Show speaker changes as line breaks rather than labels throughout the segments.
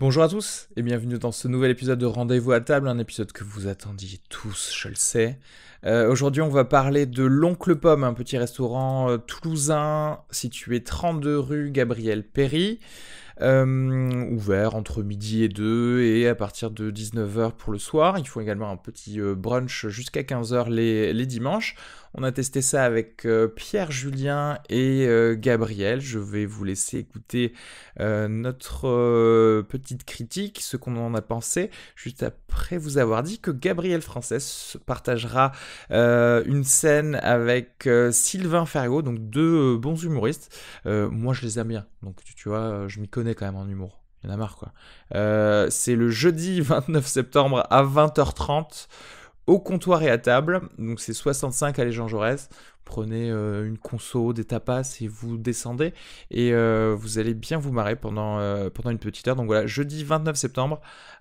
Bonjour à tous et bienvenue dans ce nouvel épisode de Rendez-vous à table, un épisode que vous attendiez tous, je le sais. Euh, Aujourd'hui, on va parler de l'Oncle Pomme, un petit restaurant euh, toulousain situé 32 rue Gabriel Perry. Euh, ouvert entre midi et 2 et à partir de 19h pour le soir. Ils font également un petit euh, brunch jusqu'à 15h les, les dimanches. On a testé ça avec euh, Pierre, Julien et euh, Gabriel. Je vais vous laisser écouter euh, notre euh, petite critique, ce qu'on en a pensé, juste après vous avoir dit que Gabriel Frances partagera euh, une scène avec euh, Sylvain Ferriot, donc deux euh, bons humoristes. Euh, moi, je les aime bien. Donc, tu, tu vois, euh, je m'y connais quand même en humour. Il y en a marre, quoi. Euh, c'est le jeudi 29 septembre à 20h30 au comptoir et à table. Donc, c'est 65 allée Jean Jaurès. Prenez euh, une conso, des tapas et vous descendez. Et euh, vous allez bien vous marrer pendant, euh, pendant une petite heure. Donc, voilà, jeudi 29 septembre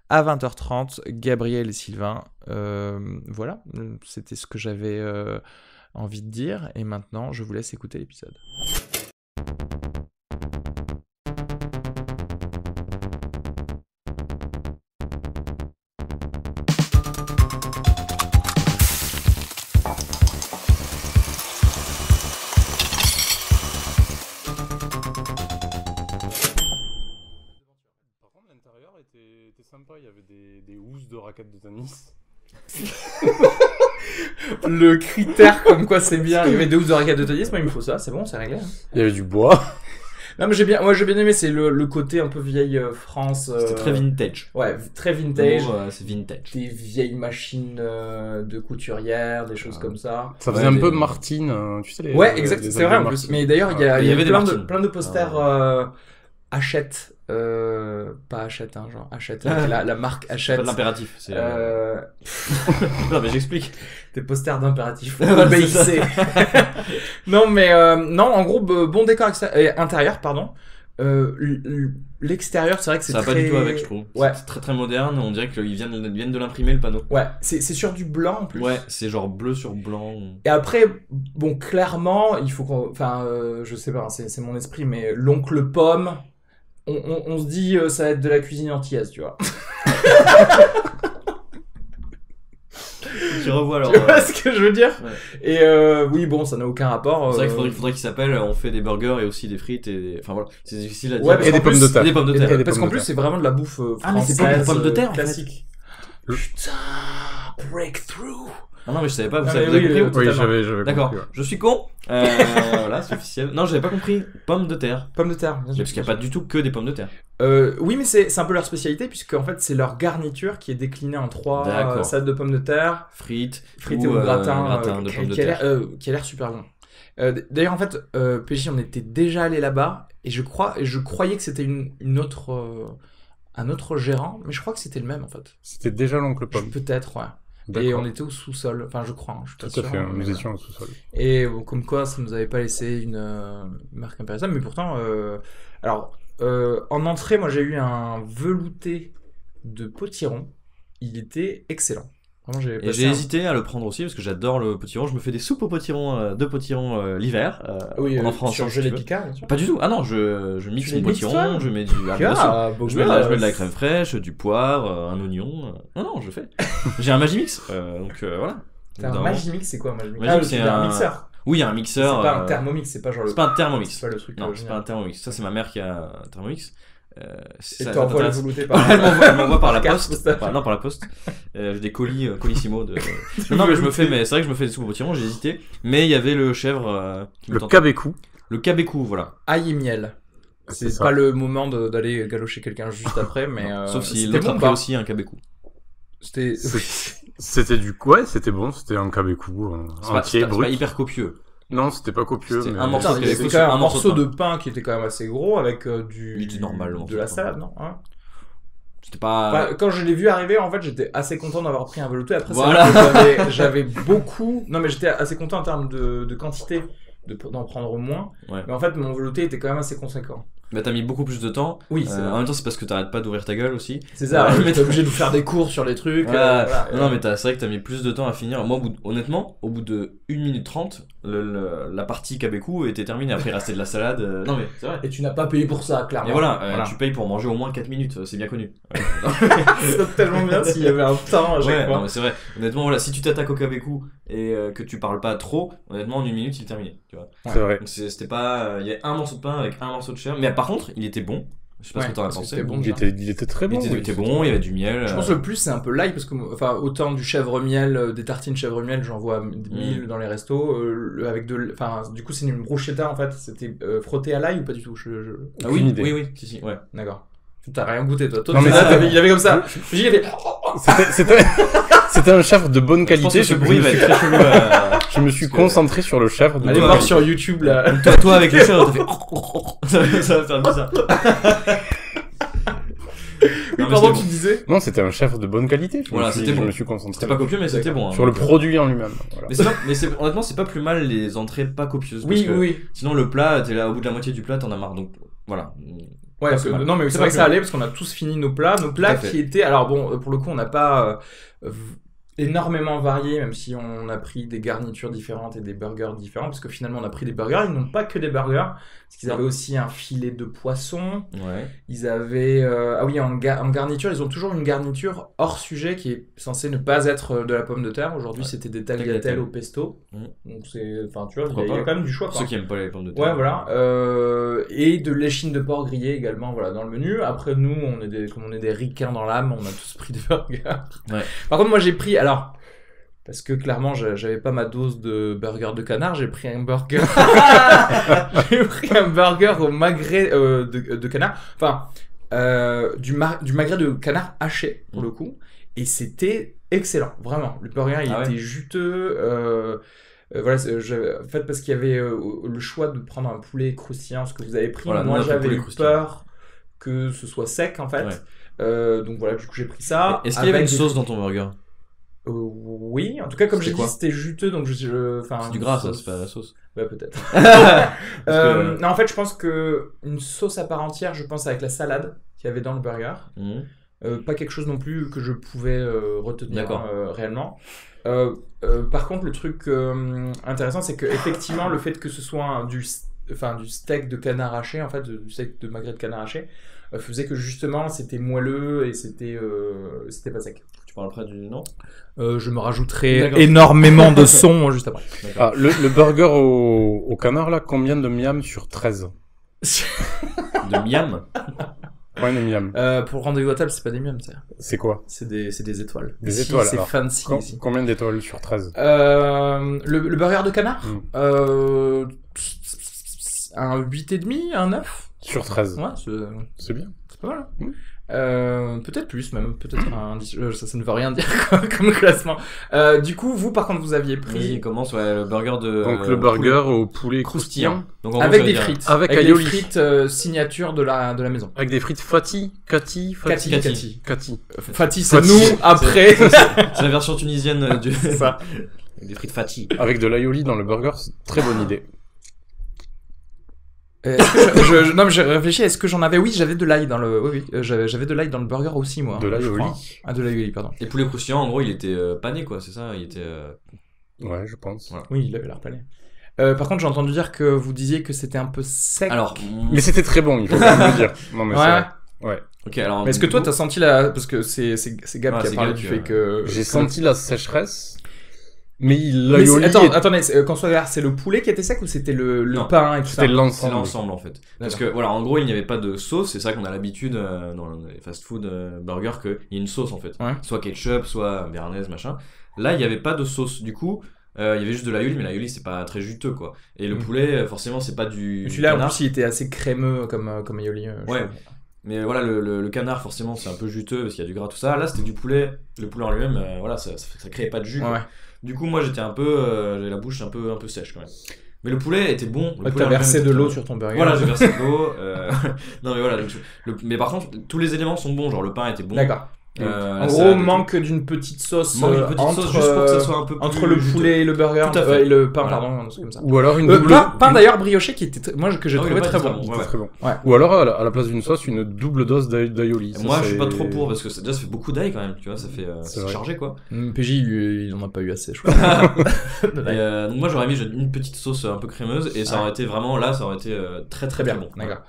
à 20h30, Gabriel et Sylvain. Euh, voilà, c'était ce que j'avais euh, envie de dire. Et maintenant, je vous laisse écouter l'épisode.
Par contre, l'intérieur était, était sympa. Il y avait des, des housses de raquettes de tennis.
le critère comme quoi c'est bien. Il y avait deux ou deux raquettes de tennis, moi il me faut ça, c'est bon, c'est réglé. hein.
Il y avait du bois.
Non mais j'ai bien, moi j'ai bien aimé, c'est le, le côté un peu vieille euh, France. euh,
C'était très vintage.
Ouais, v- très vintage.
Vraiment, euh, c'est vintage.
Des vieilles machines euh, de couturière, des choses
Ah.
comme ça.
Ça
Ouais,
faisait un
des-
peu Martine, euh, tu sais les.
Ouais,
les-
exact,
les
c'est vrai en
albums
plus.
Martine.
Mais d'ailleurs, il y a,
Ah,
il y a
avait des Ah.
plein, de,
Martines.
plein de posters euh, Hachette. euh, pas Hachette, hein, genre Hachette, la, la- la marque
C'est
Hachette.
pas de l'impératif. c'est,
Euh,
euh, Non, mais j'explique.
des posters d'impératif.
Voilà, c'est ça.
OBIC. non, mais euh, non, en gros, b- bon décor extérieur, intérieur, pardon. Euh, l- l- L'extérieur, c'est vrai que c'est
Ça va
très...
pas du tout avec, je trouve.
Ouais.
C'est très très moderne. On dirait qu'ils viennent, ils viennent de l'imprimer le panneau.
Ouais, c'est c'est sur du blanc en plus.
Ouais, c'est genre bleu sur blanc.
Et après, bon, clairement, il faut qu'on. Enfin, euh, je sais pas, c'est c'est mon esprit, mais l'oncle pomme, on, on- on se dit, euh, ça va être de la cuisine antillaise, tu vois.
Tu revois alors.
tu vois
euh,
ce que je veux dire
Ouais.
Et euh, oui, bon, ça n'a aucun rapport.
C'est vrai qu'il
euh,
faudrait, faudrait qu'ils s'appellent. euh, On fait des burgers et aussi des frites et des... Enfin voilà, c'est difficile à dire.
Ouais, parce
Et des
qu'en plus-
pommes de terre.
des pommes de
Et-
terre.
Et des
parce
pommes
qu'en
de
plus,
terre.
c'est vraiment de la bouffe euh,
Ah, mais c'est
française,
pas des pommes de
euh,
terre, en fait.
classique. Putain, breakthrough.
Ah non, mais je savais pas. Vous
Ah,
savez-
mais
vous avez
oui,
compris
le-
ou
tout à
pas
l'heure.
Oui, j'avais, j'avais.
D'accord,
compris, ouais.
je suis con. Euh, voilà, c'est officiel. Non, j'avais pas compris. Pommes de terre.
Pommes de terre. bien
Mais
sûr.
Parce qu'il n'y a pas du tout que des pommes de terre.
Euh, oui, mais c'est c'est un peu leur spécialité puisque en fait c'est leur garniture qui est déclinée en trois
D'accord.
euh, salades de pommes de terre,
Frites,
frites
ou,
au
euh,
gratin,
gratin
euh,
de
qui-
pommes de
qui a
terre.
l'air- euh, qui a l'air super bon. Euh, d- D'ailleurs en fait euh, PJ on était déjà allé là-bas et je crois et je croyais que c'était une, une autre euh, un autre gérant mais je crois que c'était le même en fait.
C'était déjà l'oncle
Je-
Pomme.
Peut-être ouais. Et
D'accord.
on était au sous-sol, enfin je crois, hein, je suis pas
Tout à
sûr,
fait,
mais
nous
voilà.
étions au sous-sol.
Et bon, comme quoi, ça nous avait pas laissé une euh, marque impérissable. Mais pourtant, euh, alors, euh, en entrée, moi j'ai eu un velouté de potiron. Il était excellent. Vraiment, j'ai
Et
passé
j'ai
Bah, un-
hésité à le prendre aussi parce que j'adore le potiron. Je me fais des soupes au potiron, euh, de potiron euh, l'hiver. euh,
Oui,
on
euh,
en fera
sur
ensemble. si
gelée
tu veux.
picard, bien sûr.
Pas du tout. Ah non, je, je mixe
Tu
mon
les mixes, toi
potiron, je mets du. ah, bien sûr.
Ah, beau
je, mets de
gosse.
la, je mets de la crème fraîche, du poivre, euh, un oignon. euh. Non, non, je fais. j'ai un Magimix. euh, donc euh, voilà.
T'as un
Normalement.
Magimix, c'est quoi un Magimix
Magimix, c'est
Ah, un
un-
mixeur.
Oui, il y a un
C'est
mixeur.
pas un
euh,
thermomix, c'est pas genre le.
C'est pas un thermomix.
c'est pas le truc.
Non,
euh,
c'est pas un
génial.
thermomix. Ça, c'est ma mère qui a un thermomix. Euh,
Et
ça-
t'envoies le
ça t'intéresse-
velouté par.
elle m'envoie- elle m'envoie par la
Carte
poste.
postale.
Enfin, non, par la poste. Euh, J'ai des colis, euh, colissimo de. Non, non, mais je me fais, mais c'est vrai que je me fais des soupes au potiron, j'ai hésité. Mais il y avait le chèvre. euh, qui me
Le
tentait.
Cabécou.
Le cabécou, voilà.
Ail et miel.
C'est
C'est
ça.
pas le moment de- d'aller galocher quelqu'un juste après, mais. euh,
Sauf si
c'était
l'autre
bon, ou
a pris
pas
aussi un cabécou.
C'était.
C'est- C'était du ouais, c'était bon, c'était un Cabécou euh,
C'est pas, c'est
entier,
pas- c'est pas
brut.
hyper copieux.
Non, c'était pas copieux.
C'était
mais-
un morceau
Putain, il
de
y avait
cabécou
quand
sur
même un
un
morceau
morceau
de pain qui était quand même assez gros avec euh, du,
Oui, du normal, en
de
fait,
la
hein.
salade, non hein
C'était pas.
Enfin, Bah, Quand je l'ai vu arriver, en fait, j'étais assez content d'avoir pris un velouté. Après, c'est
Voilà.
vrai que j'avais- j'avais beaucoup. Non, mais j'étais assez content en termes de, de quantité de- d'en prendre moins.
Ouais.
Mais en fait, mon velouté était quand même assez conséquent.
Bah, t'as mis beaucoup plus de temps.
Oui, c'est
Euh,
vrai.
en même temps, c'est parce que t'arrêtes pas d'ouvrir ta gueule aussi.
C'est ça,
Ouais,
mais
mais
t'es obligé de vous faire des cours sur les trucs.
Ouais,
euh, voilà.
Non, mais t'as- c'est vrai que t'as mis plus de temps à finir. Moi, au bout de- honnêtement, au bout de 1 minute 30, le- le- la partie Kabeku était terminée. Après, il restait de la salade. euh, Non, mais c'est vrai.
Et tu n'as pas payé pour ça, clairement.
Et voilà, euh,
Voilà.
tu payes pour manger au moins 4 minutes, euh, c'est bien connu.
C'est tellement bien s'il y avait un temps à chaque
Ouais,
fois.
non, mais c'est vrai. Honnêtement, voilà, si tu t'attaques au Kabeku et euh, que tu parles pas trop, honnêtement, en une minute, il est terminé. Tu vois.
C'est
vrai.
Donc, c'est- c'était pas. euh, Il y avait un morceau de pain avec un morceau de chair. Mais par contre, il était bon. Je sais pas ce
Ouais,
que t'en as
parce que
pensé.
c'était bon.
Il était, il était très
Il
bon.
était, il
oui.
était bon, il y avait du miel. euh.
Je pense que le plus c'est un peu l'ail parce que enfin autant du chèvre miel, euh, des tartines chèvre miel, j'en vois
Mm.
mille dans les restos euh, le- avec de l- enfin du coup c'est une bruschetta en fait, c'était euh, frotté à l'ail ou pas du tout Je- je-
Ah oui,
Aucune idée.
oui, oui, si, si, ouais.
D'accord. T'as rien goûté toi. Toi
Non,
tu
mais
l'as,
ça-
t'avais- il avait comme ça. J'y avais.
C'était- C'était c'était un chèvre de bonne
Je pense que
qualité.
ce
Je,
bruit
me
va
suis,
être très chelou. euh,
je me suis
parce que-
concentré sur le chèvre de
Allez
Toi,
bonne
voir
oui.
sur YouTube là.
Toi, toi avec le chien, t'as fait. ça va faire bizarre.
Oui,
mais
pardon,
c'était
tu disais.
Non, c'était un chèvre de bonne qualité. Je
Voilà,
me suis,
c'était
je
bon.
me suis concentré
C'était pas copieux, mais c'était bon. hein.
sur le produit en lui-même. voilà.
Mais, c'est pas- mais c'est- honnêtement, c'est pas plus mal les entrées pas copieuses.
Oui,
parce
oui,
que
oui.
Sinon, le plat, t'es là au bout de la moitié du plat, t'en as marre. Donc voilà.
Ouais, parce que-
mal.
non, mais
C'est
c'est vrai que
pas plus
ça
mal.
allait parce qu'on a tous fini nos plats. Nos plats
Tout à fait.
qui étaient. Alors bon, euh, pour le coup, on n'a pas euh, v- énormément varié, même si on a pris des garnitures différentes et des burgers différents, parce que finalement, on a pris des burgers. Ils n'ont pas que des burgers, parce qu'ils avaient aussi un filet de poisson.
Ouais.
Ils avaient. euh, ah oui, en, ga- en garniture, ils ont toujours une garniture hors sujet qui est censée ne pas être euh, de la pomme de terre. Aujourd'hui,
Ouais.
c'était des
Tagliatelle.
tagliatelles au pesto.
Mhm.
Donc c'est. Enfin, tu vois, il y a-
Pourquoi
il y, a
pas.
quand même du choix.
Pour
quoi.
ceux qui aiment pas les pommes de terre.
Ouais, voilà. Euh, et de l'échine de porc grillée également, voilà, dans le menu. Après, nous, on est des, comme on est des ricains dans l'âme, on a tous pris des burgers.
Ouais.
Par contre, moi, j'ai pris, alors, parce que clairement, j'a- j'avais pas ma dose de burger de canard, j'ai pris un burger. j'ai pris un burger au magret euh, de, de canard. Enfin, euh, du, ma- du magret de canard haché,
Mm.
pour le coup. Et c'était excellent, vraiment. Le burger, il
Ah ouais
était juteux. euh, euh, voilà, c'est- j'avais- en fait, parce qu'il y avait euh, le choix de prendre un poulet croustillant, ce que vous avez pris.
Voilà,
Moi,
nous, on a pris
j'avais
poulet
eu
croustillant.
peur que ce soit sec, en fait.
Ouais.
Euh, donc voilà, du coup, j'ai pris ça.
Est-ce qu'il y avait une
Ah, avec
sauce dans ton burger
des- Euh, oui, en tout cas, comme j'ai
C'était
dit,
quoi
c'était juteux, donc je- je. enfin,
C'est du gras, ça,
Ah, sauce-
c'est pas la sauce.
Ouais, peut-être.
Parce
Euh,
que-
Non, en fait, je pense que une sauce à part entière, je pense avec la salade qu'il y avait dans le burger.
Mhm.
Euh, pas quelque chose non plus que je pouvais euh, retenir
D'accord.
hein, euh, réellement. Euh, euh, par contre, le truc euh, intéressant, c'est que effectivement, le fait que ce soit un- du, s- enfin, du steak de canard haché, en fait, du steak de magret de canard haché, euh, faisait que justement, c'était moelleux et c'était, euh, c'était pas sec.
Tu parles après du nom
Euh, je me rajouterai
D'accord.
énormément de sons juste après.
Ah, le, le burger au, au canard, là, combien de miam sur 13
De miam
Combien de miam
Euh, pour rendez-vous à table, c'est pas des miams, ça.
C'est quoi
c'est des, c'est des étoiles.
Des
Ici,
étoiles,
C'est
alors.
fancy.
Com-
ici.
Combien d'étoiles sur 13
Euh, le, le burger de canard
Mm.
euh, Un 8,5 Un 9
Sur 13,
Ouais, c'est
c'est bien.
c'est pas mal. hein.
Mm.
Euh, peut-être plus même, peut-être un 10. Euh, ça, ça ne veut rien dire comme- comme classement. Euh, du coup, vous par contre, vous aviez
Vas-y,
pris
commence, ouais, le burger de.
Donc
euh,
le burger au poulet
croustillant.
croustillant.
Donc, en gros,
avec
ça veut
des
dire-
frites,
Avec
des
aioli.
frites euh, signature de la, de la maison.
Avec des frites Fatty, Cathy,
Cathy,
Fatty,
Cathy.
Cathy.
Fatih, c'est
Fatih.
nous après.
C'est la version tunisienne euh, du.
C'est ça.
Avec des frites fatty.
Avec de l'aioli dans le burger, c'est très bonne idée.
Euh, est-ce que je, je- je- non, mais j'ai réfléchi. Est-ce que j'en avais Oui, j'avais de l'ail dans le. Oui, oui, euh, j'avais, j'avais de l'ail dans le burger aussi, moi.
De
hein,
l'ail
je
au
crois.
lit.
Ah, de l'ail, pardon.
Et poulet croustillant, en gros, il était euh, pané, quoi, c'est ça Il était. euh,
Ouais, je pense.
Ouais.
Oui, il avait l'air pané. Euh, par contre, j'ai entendu dire que vous disiez que c'était un peu sec.
Alors.
Mais c'était très bon, il faut quand même le dire. Non, mais
ouais.
c'est vrai.
Ok, alors.
Mais est-ce que toi, t'as senti la. Parce que c'est, c'est, c'est Gab
Ouais,
qui a
c'est
parlé
Gab
du
qui
fait
a-
que.
J'ai
que-
senti la sécheresse, mais il-
Euh, Mais c'est-
l'aioli.
attends,
est-
attendez, c'est- euh, qu'on soit clair, c'est le poulet qui était sec ou c'était le, le
Non.
pain et tout ça
C'était
C'est
l'ensemble.
l'ensemble en fait. Parce que voilà, en gros, il n'y avait pas de sauce. C'est ça qu'on a l'habitude euh, dans les fast-food euh, burgers qu'il y a une sauce en fait.
Ouais.
Soit ketchup, soit béarnaise, machin. Là, il n'y avait pas de sauce. Du coup, euh, il y avait juste de l'aïoli, mais l'aïoli c'est pas très juteux quoi. Et le
Mm.
poulet, euh, forcément, c'est pas du.
Celui-là, en
canard.
plus, il était assez crémeux comme, euh, comme aioli. euh, je
Ouais.
trouve.
Mais voilà, le, le- le canard, forcément, c'est un peu juteux parce qu'il y a du gras, tout ça. Là, c'était du poulet. Le poulet en lui-même, euh, voilà, ça, ça, ça créait pas de jus.
Ouais,
quoi.
ouais.
Du coup, moi, j'étais un peu. euh, J'avais la bouche un peu, un peu sèche quand même. Mais le poulet était bon. Le
Ouais, T'as
poulet en
versé
lui-même
de
était
l'eau
bon.
sur ton burger.
Voilà, j'ai versé de l'eau. euh, non, mais voilà. donc, le- Mais par contre, tous les éléments sont bons. Genre, le pain était bon.
D'accord.
Euh,
en
la
gros,
salade et
manque d'une petite sauce,
Manque une
euh,
petite
entre,
sauce juste pour que ça soit un peu
euh,
plus
entre le
juteux.
poulet et le burger,
Tout à fait.
euh, et le pain,
Voilà.
pardon, un truc comme ça.
Ou alors une
Euh,
double.
pain, pain d'ailleurs brioché qui était tr- moi que j'ai
Ah oui,
trouvé
le pain
très
était
bon.
très bon.
Il
Ouais,
était
ouais.
très bon.
Ouais.
Ou alors, à la, à la place d'une sauce, une double dose d'aï- d'aioli. Ça,
Moi, je
c'est-
suis pas trop pour parce que ça, déjà, ça fait beaucoup d'ail quand même, tu vois, ça fait euh,
C'est
c'est
vrai.
chargé quoi.
Mm, PJ, il, il en a pas eu assez, je crois.
Et, euh, donc moi, j'aurais mis une petite sauce euh, un peu crémeuse et ça aurait été vraiment là, ça aurait été euh, très
Très
très très
bien,
bon.
Ah. d'accord.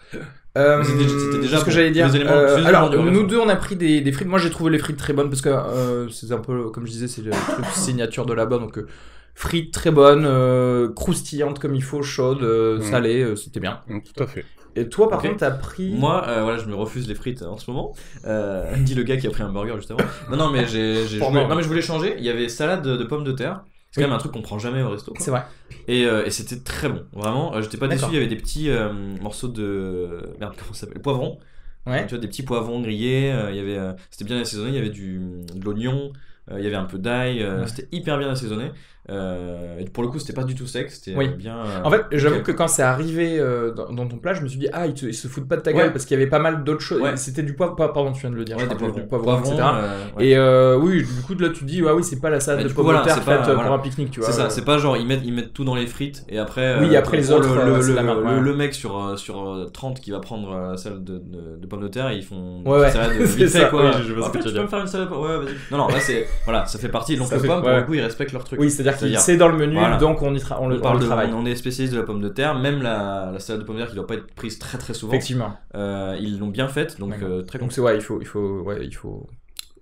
Euh,
Mais c'était- c'était déjà
ce que
bon.
j'allais dire.
Les éléments-
euh,
les éléments
alors,
du repas
nous
sont-
deux, on a pris des, des frites. Moi, j'ai trouvé les frites très bonnes parce que euh, c'est un peu, comme je disais, c'est le truc signature de là-bas. Donc, euh, frites très bonnes, euh, croustillantes comme il faut, chaudes, euh,
Mm.
salées, euh, c'était bien.
Mm, Tout à fait.
Et toi, par
Ok.
contre, t'as pris.
Moi, euh, voilà, je me refuse les frites euh, en ce moment. Euh, dit le gars qui a pris un burger juste avant. Non, non, mais j'ai, j'ai- je
Pour
voulais-
moi.
non, mais je voulais changer. Il y avait salade de, de pommes de terre. C'est
Oui.
quand même un truc qu'on prend jamais au resto. quoi.
c'est vrai.
Et, euh, et c'était très bon, vraiment. Euh, j'étais pas déçu.
D'accord.
Il y avait des petits euh, morceaux de merde, comment ça s'appelle, poivrons.
Ouais.
Tu vois, des petits poivrons grillés. euh, il y avait, euh, c'était bien assaisonné. Il y avait du de l'oignon. euh, il y avait un peu d'ail. euh,
Ouais.
C'était hyper bien assaisonné. Euh, et pour le coup, c'était pas du tout sec. C'était
Oui.
euh, bien. euh,
En fait, j'avoue
nickel.
que quand c'est arrivé euh, dans, dans ton plat, je me suis dit, ah, ils, te- ils se foutent pas de ta gueule
Ouais.
parce qu'il y avait pas mal d'autres choses.
Ouais.
C'était du poivre, pas- pardon, tu viens de le dire,
Ouais,
je
des
crois, du-
poivrons,
du poivron,
Poivrons,
etc.
euh, ouais.
Et euh, oui, du coup, là, tu te dis, ah oui, c'est pas la salade
Et
de
du coup,
pommes de
voilà,
terre
c'est pas-
faite euh, pour
voilà.
un pique-nique, tu vois.
C'est ça,
euh,
c'est pas genre ils mettent, ils mettent tout dans les frites et après.
Oui,
euh,
après les
pour
autres,
le,
euh,
le-
c'est la
le-
merde, ouais.
le- le mec sur, euh, sur euh, 30 qui va prendre euh, la salade de, de, de pommes de terre et ils font
Ouais, ouais.
une salade
C'est
vite
ça,
fait quoi.
oui, je vois ce
Ah,
que tu
tu
veux
peux
dire.
me faire une salade de pommes Ouais, vas-y. Non, non, là c'est. Voilà, ça fait partie. Donc
Ça
le
fait-
pomme, pour
ouais.
le coup, ils respectent leur truc.
Oui, c'est-à-dire qu'il
C'est-à-dire-
sait dans le menu,
Voilà.
donc on y tra- on le,
on,
on
parle
le
de,
travaille.
on on est spécialiste de la pomme de terre, même la, la salade de pommes de terre qui doit pas être prise très très souvent.
Effectivement.
euh, ils l'ont bien faite, donc
D'accord.
euh, très
Donc
content.
c'est ouais, il faut, il faut, ouais, il faut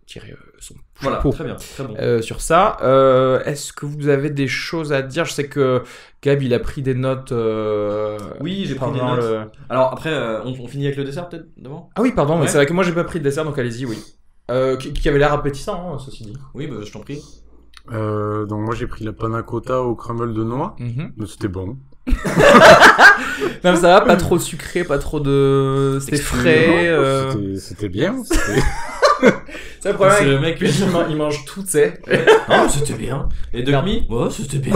tirer euh, son
Voilà,
chapeau.
très bien, très bon.
Euh, sur ça, euh, est-ce que vous avez des choses à dire Je sais que Gab, il a pris des notes. euh,
Oui, j'ai pris des
pendant
notes.
le-
Alors après, euh, on, on finit avec le dessert peut-être d'abord
Ah oui, pardon, mais
Ouais.
c'est vrai que moi j'ai pas pris de dessert, donc allez-y, oui. Euh, qui, qui avait l'air appétissant, hein, ceci dit.
Oui, bah, je t'en prie.
Euh, donc, moi, j'ai pris la panna cotta au crumble de noix.
Mhm.
Mais c'était bon.
Non, mais ça va, pas trop sucré, pas trop de. C'était frais. euh,
C'était- C'était bien. c'était-
C'est le problème.
C'est
avec
le mec.
Luigi, il man- il mange tout, tu sais.
Ah, c'était bien. Et de demi Ouais, c'était bien.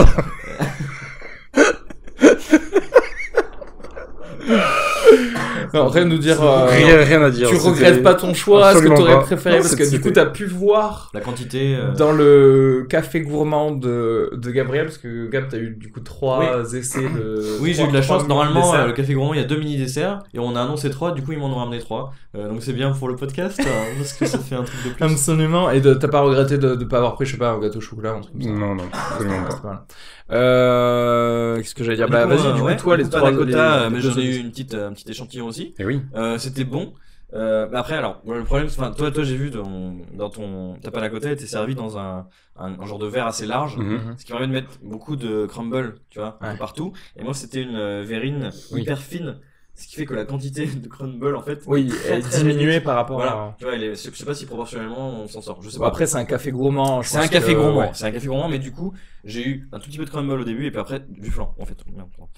Non, rien de nous dire. euh,
rien, rien à dire.
tu
c'était-
regrettes pas ton choix, ce que
absolument
t'aurais
pas.
préféré,
Non,
parce que
c'était-
du coup t'as pu voir
La quantité. euh,
dans le café gourmand de, de Gabriel, parce que Gab t'as eu du coup trois essais de.
Oui, j'ai eu
trois-
de la chance.
trois
Normalement,
desserts.
euh, le Café Gourmand, il y a deux mini-desserts et on a annoncé trois. Du coup, ils m'en ont ramené trois. Euh, donc, c'est bien pour le podcast hein, parce que ça fait un truc de
Ah,
plus.
Absolument, et de- t'as pas regretté de, de pas avoir pris, je sais pas, un gâteau au chocolat, un truc comme ça.
Non, non, absolument
Ouais,
pas.
c'est pas mal. Euh, Qu'est-ce que j'allais dire
Du
Bah
coup,
vas-y,
euh,
du coup,
ouais,
toi,
du
les
coup,
trois.
Panna Cotta,
les-
euh, mais
les
j'en
deux
ai
autres.
eu une petite, un petit échantillon aussi.
Et Eh oui.
Euh, c'était bon. Euh, après, alors, le problème, c'est- enfin, toi, toi j'ai vu dans, dans ton. Ta panna cotta était servie dans un, un, un genre de verre assez large.
Mhm.
Ce qui permet de mettre beaucoup de crumble, tu vois, un peu
Ouais.
partout. Et moi, c'était une euh, verrine
Oui.
hyper fine. Ce qui fait que la quantité de crumble, en fait,
Oui, elle est diminuée par rapport
Voilà,
à.
tu vois, il est- je sais pas si proportionnellement on s'en sort, je sais
Bon,
pas.
Après, c'est un café gourmand. je
c'est un
pense
café
que-
gourmand,
ouais.
c'est un café gourmand, mais du coup, j'ai eu un tout petit peu de crumble au début et puis après du flan, en fait. Merde, pardon.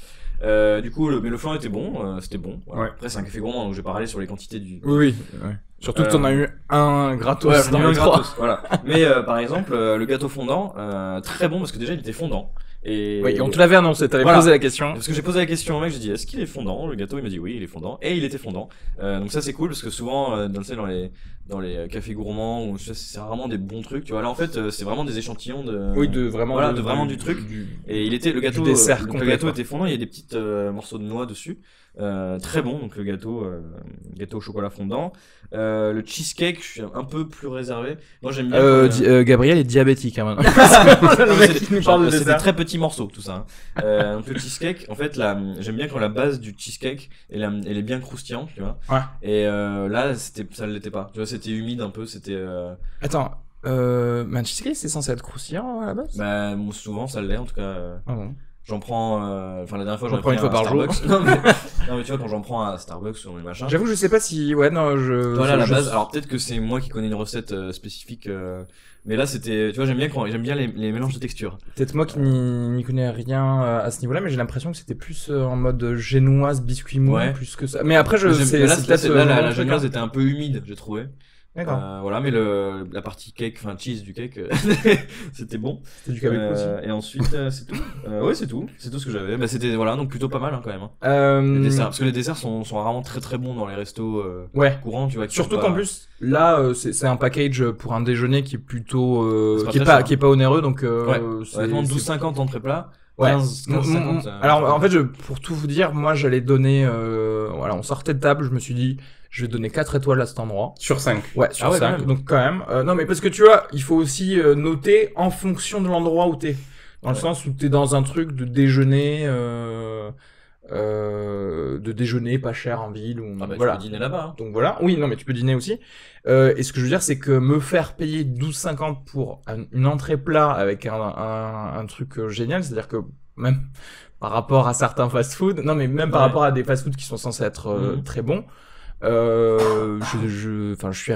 Euh, du coup, le, mais le flan était bon, euh, c'était bon. voilà.
Ouais.
Après, c'est un café gourmand, donc je vais pas râler sur les quantités du.
Oui, oui. ouais. Surtout que t'en as eu un gratos
Euh, Ouais,
dans
le
les trois.
gratos, voilà. Mais euh, par exemple, euh, le gâteau fondant, euh, très bon parce que déjà il était fondant. Et
Oui, on te l'avait annoncé, t'avais
Voilà.
posé la question.
Parce que j'ai posé la question au mec, j'ai dit est-ce qu'il est fondant le gâteau Il m'a dit oui, il est fondant. Et il était fondant. Euh, donc ça c'est cool parce que souvent euh, dans, tu sais, dans les dans les euh, cafés gourmands ou ça, c'est rarement des bons trucs. Tu vois là en fait euh, c'est vraiment des échantillons de.
Oui, de vraiment,
Voilà, de vraiment du truc. Et il était le gâteau.
Du dessert
euh, donc, le
complet,
gâteau
quoi.
était fondant. Il y a des petites euh, morceaux de noix dessus. Euh, très bon donc le gâteau euh, gâteau au chocolat fondant. Euh, le cheesecake je suis un peu plus réservé. Moi j'aime bien. quand,
Euh,
euh,
di- euh, Gabriel est diabétique hein, maintenant.
Non,
le
mais
mec
c'est-
qui nous
genre,
parle de
C'est des
dessert.
très petits morceaux, tout ça. hein. Euh, donc le cheesecake, en fait, là, j'aime bien quand la base du cheesecake, elle, a- elle est bien croustillante, tu vois.
Ouais.
Et euh, là, c'était, ça ne l'était pas. Tu vois, c'était humide un peu, c'était. euh,
Attends, euh, Manchester City, c'est censé être croustillant à la base
bah, bon, souvent, ça l'est, en tout cas. euh,
Ah bon.
J'en prends. euh, Enfin, la dernière fois,
J'en
j'en ai
prends
pris
une fois
un à
par jour.
Starbucks. non, mais, non, mais tu vois, quand j'en prends à Starbucks ou machin.
J'avoue, je sais pas si. Ouais, non, je.
Voilà la
je-
base. Alors peut-être que c'est moi qui connais une recette euh, spécifique, euh, mais là c'était, tu vois, j'aime bien quand j'aime bien les, les mélanges de textures.
Peut-être moi qui n'y n'y connais rien euh, à ce niveau-là, mais j'ai l'impression que c'était plus euh, en mode génoise, biscuit mou,
Ouais.
plus que ça. Mais après, je.
J'aime-
c'est-
mais là,
c'est
là,
peut-être,
c'est- là,
euh,
la,
vraiment
la
le truc,
génoise
hein.
était un peu humide, j'ai trouvé.
D'accord.
Euh, voilà, mais le, la partie cake, enfin cheese du cake, euh, c'était bon.
C'était du caméco aussi.
Euh, et ensuite, euh, c'est tout. Euh, ouais, c'est tout. C'est tout ce que j'avais. Bah, c'était voilà, donc plutôt pas mal hein, quand même. hein. Les
Hmm.
Euh,
desserts, parce que les desserts sont, sont rarement très très bons dans les restos euh,
Ouais.
courants, tu vois. qui
Surtout
sont pas-
qu'en plus, là, euh, c'est c'est un package pour un déjeuner qui est plutôt. euh,
C'est pas
qui, est
très
pas,
cher.
qui est pas onéreux, donc. euh, c'est-
Honnêtement,
c'est-
12,50 entrée plat.
Ouais.
15,
Mon-
15,
mon-
50, euh,
alors en fait, je, pour tout vous dire, moi j'allais donner. euh, voilà, on sortait de table, je me suis dit, je vais donner 4 étoiles à cet endroit.
Sur 5.
Ouais, sur
Ah ouais,
cinq,
quand même.
donc quand même. Euh, non, mais parce que tu vois, il faut aussi euh, noter en fonction de l'endroit où t'es. Dans le
Ouais.
sens où t'es dans un truc de déjeuner, euh, euh, de déjeuner pas cher en ville. Ou,
Ah bah,
voilà.
tu peux dîner là-bas. hein.
Donc voilà, oui, non, mais tu peux dîner aussi. Euh, et ce que je veux dire, c'est que me faire payer 12,50 pour un- une entrée plat avec un, un, un truc euh, génial, c'est-à-dire que même par rapport à certains fast-food, non, mais même par
Ouais.
rapport à des fast-food qui sont censés être euh,
Mhm.
très bons, euh, je, je, enfin, je suis,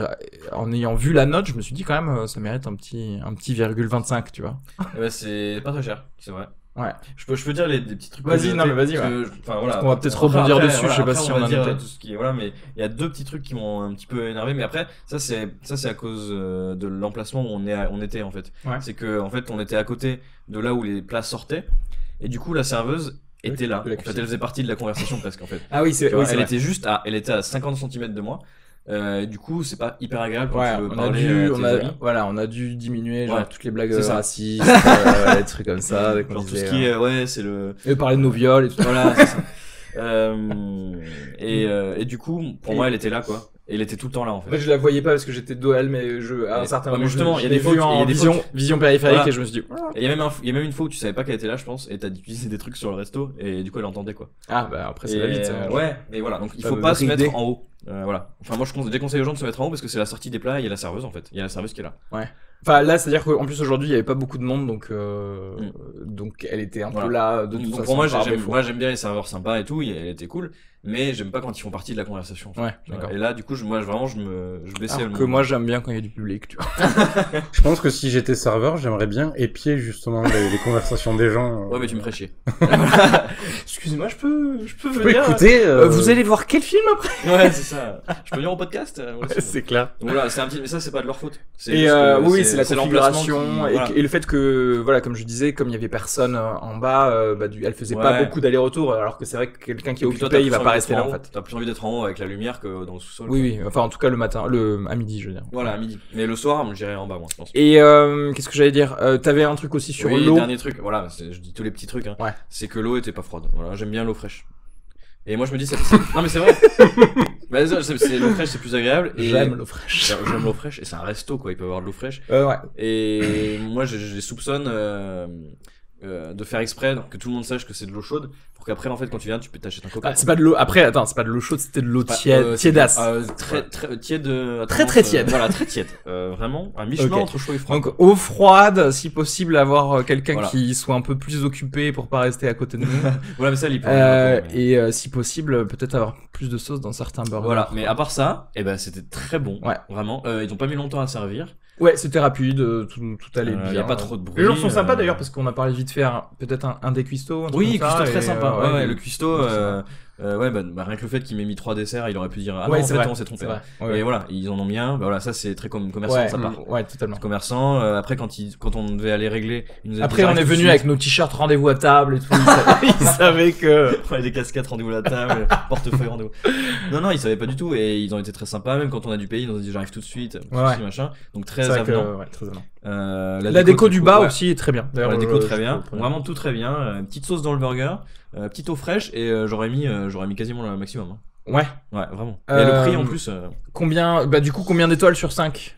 en ayant vu la note, je me suis dit quand même, euh, ça mérite un petit, un petit virgule 25, tu vois.
Eh ben, c'est pas très cher, c'est vrai.
Ouais.
Je peux, je peux dire les, des petits trucs.
Vas-y,
que-
non, mais vas-y,
que- Enfin voilà.
On va peut-être
Après,
rebondir
après,
dessus,
voilà,
je sais pas
après,
si
on
on
va
a
dire
noté.
tout ce qui est- voilà, mais il y a deux petits trucs qui m'ont un petit peu énervé, mais après ça c'est ça c'est à cause euh, de l'emplacement où on est à- on était en fait.
Ouais.
C'est que en fait on était à côté de là où les plats sortaient et du coup la serveuse était là.
Ah de la
En fait,
cuisine.
elle faisait partie de la conversation presque en fait.
Ah oui,
Tu
c'est,
vois, elle était juste à elle était à 50 cm de moi. Euh, et du coup, c'est pas hyper agréable quand
Ouais,
tu veux
on a
parler
dû,
à tes
on a,
amis.
voilà, on a dû diminuer genre,
Ouais,
toutes les blagues
c'est ça.
racistes, euh, les trucs comme ça, dès qu'on
Genre tout ce
disait, euh,
qui est euh, ouais, c'est le
Et parler de nos viols et tout.
Voilà, c'est ça. Euh, et, euh, et du coup, pour
Et-
moi, elle était là, quoi. Et elle était tout le temps là, en fait.
Moi, je la voyais pas parce que j'étais dos à elle, mais je, à un
Mais-
certain
ouais,
moment,
mais justement,
je-
il y a
je
des
l'ai
fautes,
vue en
il y a des
vision, vision périphérique
Voilà.
et je me suis dit,
Et il y a même un- il y a même une fois où tu savais pas qu'elle était là, je pense, et t'as utilisé des trucs sur le resto, et du coup, elle entendait, quoi.
ah bah après c'est
Et,
la vie, tu sais.
euh, ouais, mais voilà, donc il
Ça
faut
veut
pas se
brider.
mettre en haut. Euh, voilà. Enfin, moi, je conse- déconseille aux gens de se mettre en haut parce que c'est la sortie des plats, et il y a la serveuse, en fait. Il y a la serveuse qui est là.
Enfin là, c'est-à-dire qu'en plus aujourd'hui, il y avait pas beaucoup de monde, donc euh,
Mm.
donc elle était un peu
Voilà.
là Ah, de toute
Donc,
façon.
pour moi, j'ai-
par
j'aime
défaut.
moi, j'aime bien les serveurs sympas et tout, et elle était cool, mais j'aime pas quand ils font partie de la conversation. en fait.
Ouais,
Tu vois.
d'accord.
Et là, du coup, je, moi, je- vraiment, je me, je baissais
Alors
le
que moi, j'aime bien quand il y a du public, tu vois.
Je pense que si j'étais serveur, j'aimerais bien épier justement les, les conversations des gens.
Ouais, mais tu me ferais chier.
Excusez-moi, je peux, je peux
Je peux écouter. euh,
vous allez voir quel film après
Ouais, c'est ça. Je peux venir au podcast euh, aussi.
clair.
Donc voilà, c'est un petit, mais ça c'est pas de leur faute. C'est
Et
juste
euh,
que
oui, c'est la
l'emplacement qui-
configuration et,
voilà.
et le fait que voilà, comme je disais, comme il y avait personne euh, en bas, euh, bah, du- elle faisait pas
Ouais.
beaucoup d'aller-retour, alors que c'est vrai que quelqu'un qui est
Et puis toi,
occupé,
t'as
il va
plus
pas
envie
rester
d'être
là
en
en
haut.
fait.
T'as plus envie d'être en haut avec la lumière que dans le sous-sol.
Oui,
quoi.
oui, enfin en tout cas le matin, le à midi, je veux dire.
Voilà, à midi. Mais le soir, j'irai en bas, moi, je pense.
Et euh, qu'est-ce que j'allais dire Euh, T'avais un truc aussi sur
Oui,
l'eau.
dernier truc, voilà, c'est- je dis tous les petits trucs. Hein.
Ouais.
C'est que l'eau était pas froide. Voilà, j'aime bien l'eau fraîche. Et moi, je me dis, ça, c'est- non mais c'est vrai. Bah, c'est- c'est- c'est- l'eau fraîche, c'est plus agréable. Et...
J'aime l'eau fraîche.
J'aime l'eau fraîche et c'est un resto quoi, il peut avoir de l'eau fraîche.
Euh, ouais.
Et moi, je, je les soupçonne euh, euh, de faire exprès, donc que tout le monde sache que c'est de l'eau chaude, pour qu'après, en fait, quand tu viens, tu peux t'acheter un coca.
Ah, c'est pas de l'eau. Après, attends, c'est pas de l'eau chaude, c'était de l'eau
Pas-
tiède,
euh,
tiédasse.
euh, très, très tiède. euh, à
Très,
tendance,
très tiède.
euh, voilà, très tiède. Euh, vraiment, un mi-chemin
Ok.
entre chaud et froid.
Donc eau froide, si possible, avoir euh, quelqu'un
Voilà.
qui soit un peu plus occupé pour pas rester à côté de nous.
voilà, mais ça, il peut-
Euh,
mais-
et euh, si possible, peut-être avoir plus de sauce dans certains burgers.
Voilà, mais à part ça, eh ben, c'était très bon.
Ouais.
Vraiment, Euh, ils ont pas mis longtemps à servir.
Ouais, c'était rapide, euh, tout, tout allait
Euh,
bien.
y a pas trop de bruit.
Les gens sont sympas
euh,
d'ailleurs parce qu'on a parlé vite fait hein, peut-être un, un des cuistots. un truc
Oui,
comme ça,
cuistot très
et,
sympa.
euh,
ouais, ouais,
du-
le cuistot,
du-
euh, euh, ouais, bah, bah, rien que le fait qu'il m'ait mis trois desserts, il aurait pu dire ah
Ouais,
non, en
c'est
fait
vrai,
on s'est trompé.
c'est vrai. Ouais,
Et
ouais.
voilà, ils en ont bien. Bah, voilà, ça c'est très com- commerçant,
ouais,
ça part.
mm, ouais, totalement.
Commerçant. euh, après, quand, ils- quand on devait aller régler, ils nous avaient
Après,
dit,
on
J'arrive
est
tout de
venu
suite.
avec nos t-shirts rendez-vous à table et tout. Ils savaient, ils savaient que.
Ouais, des casquettes, rendez-vous à la table, portefeuille, rendez-vous. Non, non, ils savaient pas du tout et ils ont été très sympas. Même quand on a du pays, ils nous ont dit j'arrive tout de suite, tout de
Ouais,
suite, machin. Donc très
C'est vrai que,
avenant.
ouais, très avenant.
Euh,
La, déco, du bas
ouais.
aussi est très bien. D'ailleurs,
La
je-
déco
je
très bien,
comprends.
vraiment tout très bien. Euh, petite sauce dans le burger, euh, petite eau fraîche et euh, j'aurais mis, euh, j'aurais mis quasiment le maximum. hein.
Ouais.
Ouais, vraiment. Et
Euh,
le prix en plus. euh,
Combien, bah, du coup, combien d'étoiles sur 5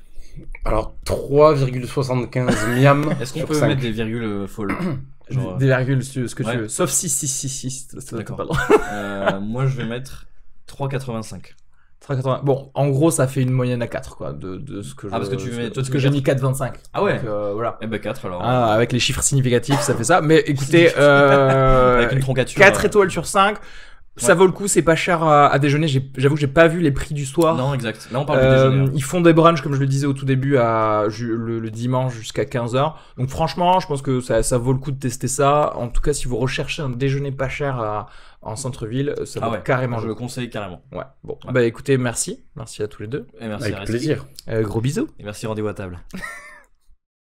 Alors 3,75 miam.
Est-ce qu'on
sur
peut
cinq.
mettre des virgules euh, folles Genre, euh,
Des virgules, ce ce que
ouais.
tu veux. Sauf 6, 6, 6, 6. Ça, t'as
D'accord.
pas le droit.
Euh, Moi, je vais mettre 3,85.
380. Bon, en gros, ça fait une moyenne à 4, quoi, de, de ce que
Ah, parce
je-
que tu mets- toi,
parce
tu
que
mets
j'ai mis 4,25.
Ah ouais.
Donc, euh, voilà.
Eh ben 4 alors.
Ah, avec les chiffres significatifs, ça fait ça. Mais écoutez, euh,
Avec une troncature.
4
euh,
étoiles sur 5. Ça vaut le coup, c'est pas cher à, à déjeuner. J'ai- J'avoue que j'ai pas vu les prix du soir.
Non, exact. Là, on parle
Euh,
du déjeuner. hein.
ils font des brunchs, comme je le disais au tout début, à, ju- le, le dimanche jusqu'à 15h. Donc franchement, je pense que ça, ça vaut le coup de tester ça. En tout cas, si vous recherchez un déjeuner pas cher à- en centre-ville, ça
Ah
vaut
ouais.
carrément
Moi, je
le
le
coup.
conseille carrément.
Ouais. Bon,
Ouais.
bah écoutez, merci. Merci à tous les deux.
Et merci,
Avec
Aristide.
plaisir.
Euh, gros bisous.
Et merci, rendez-vous à table.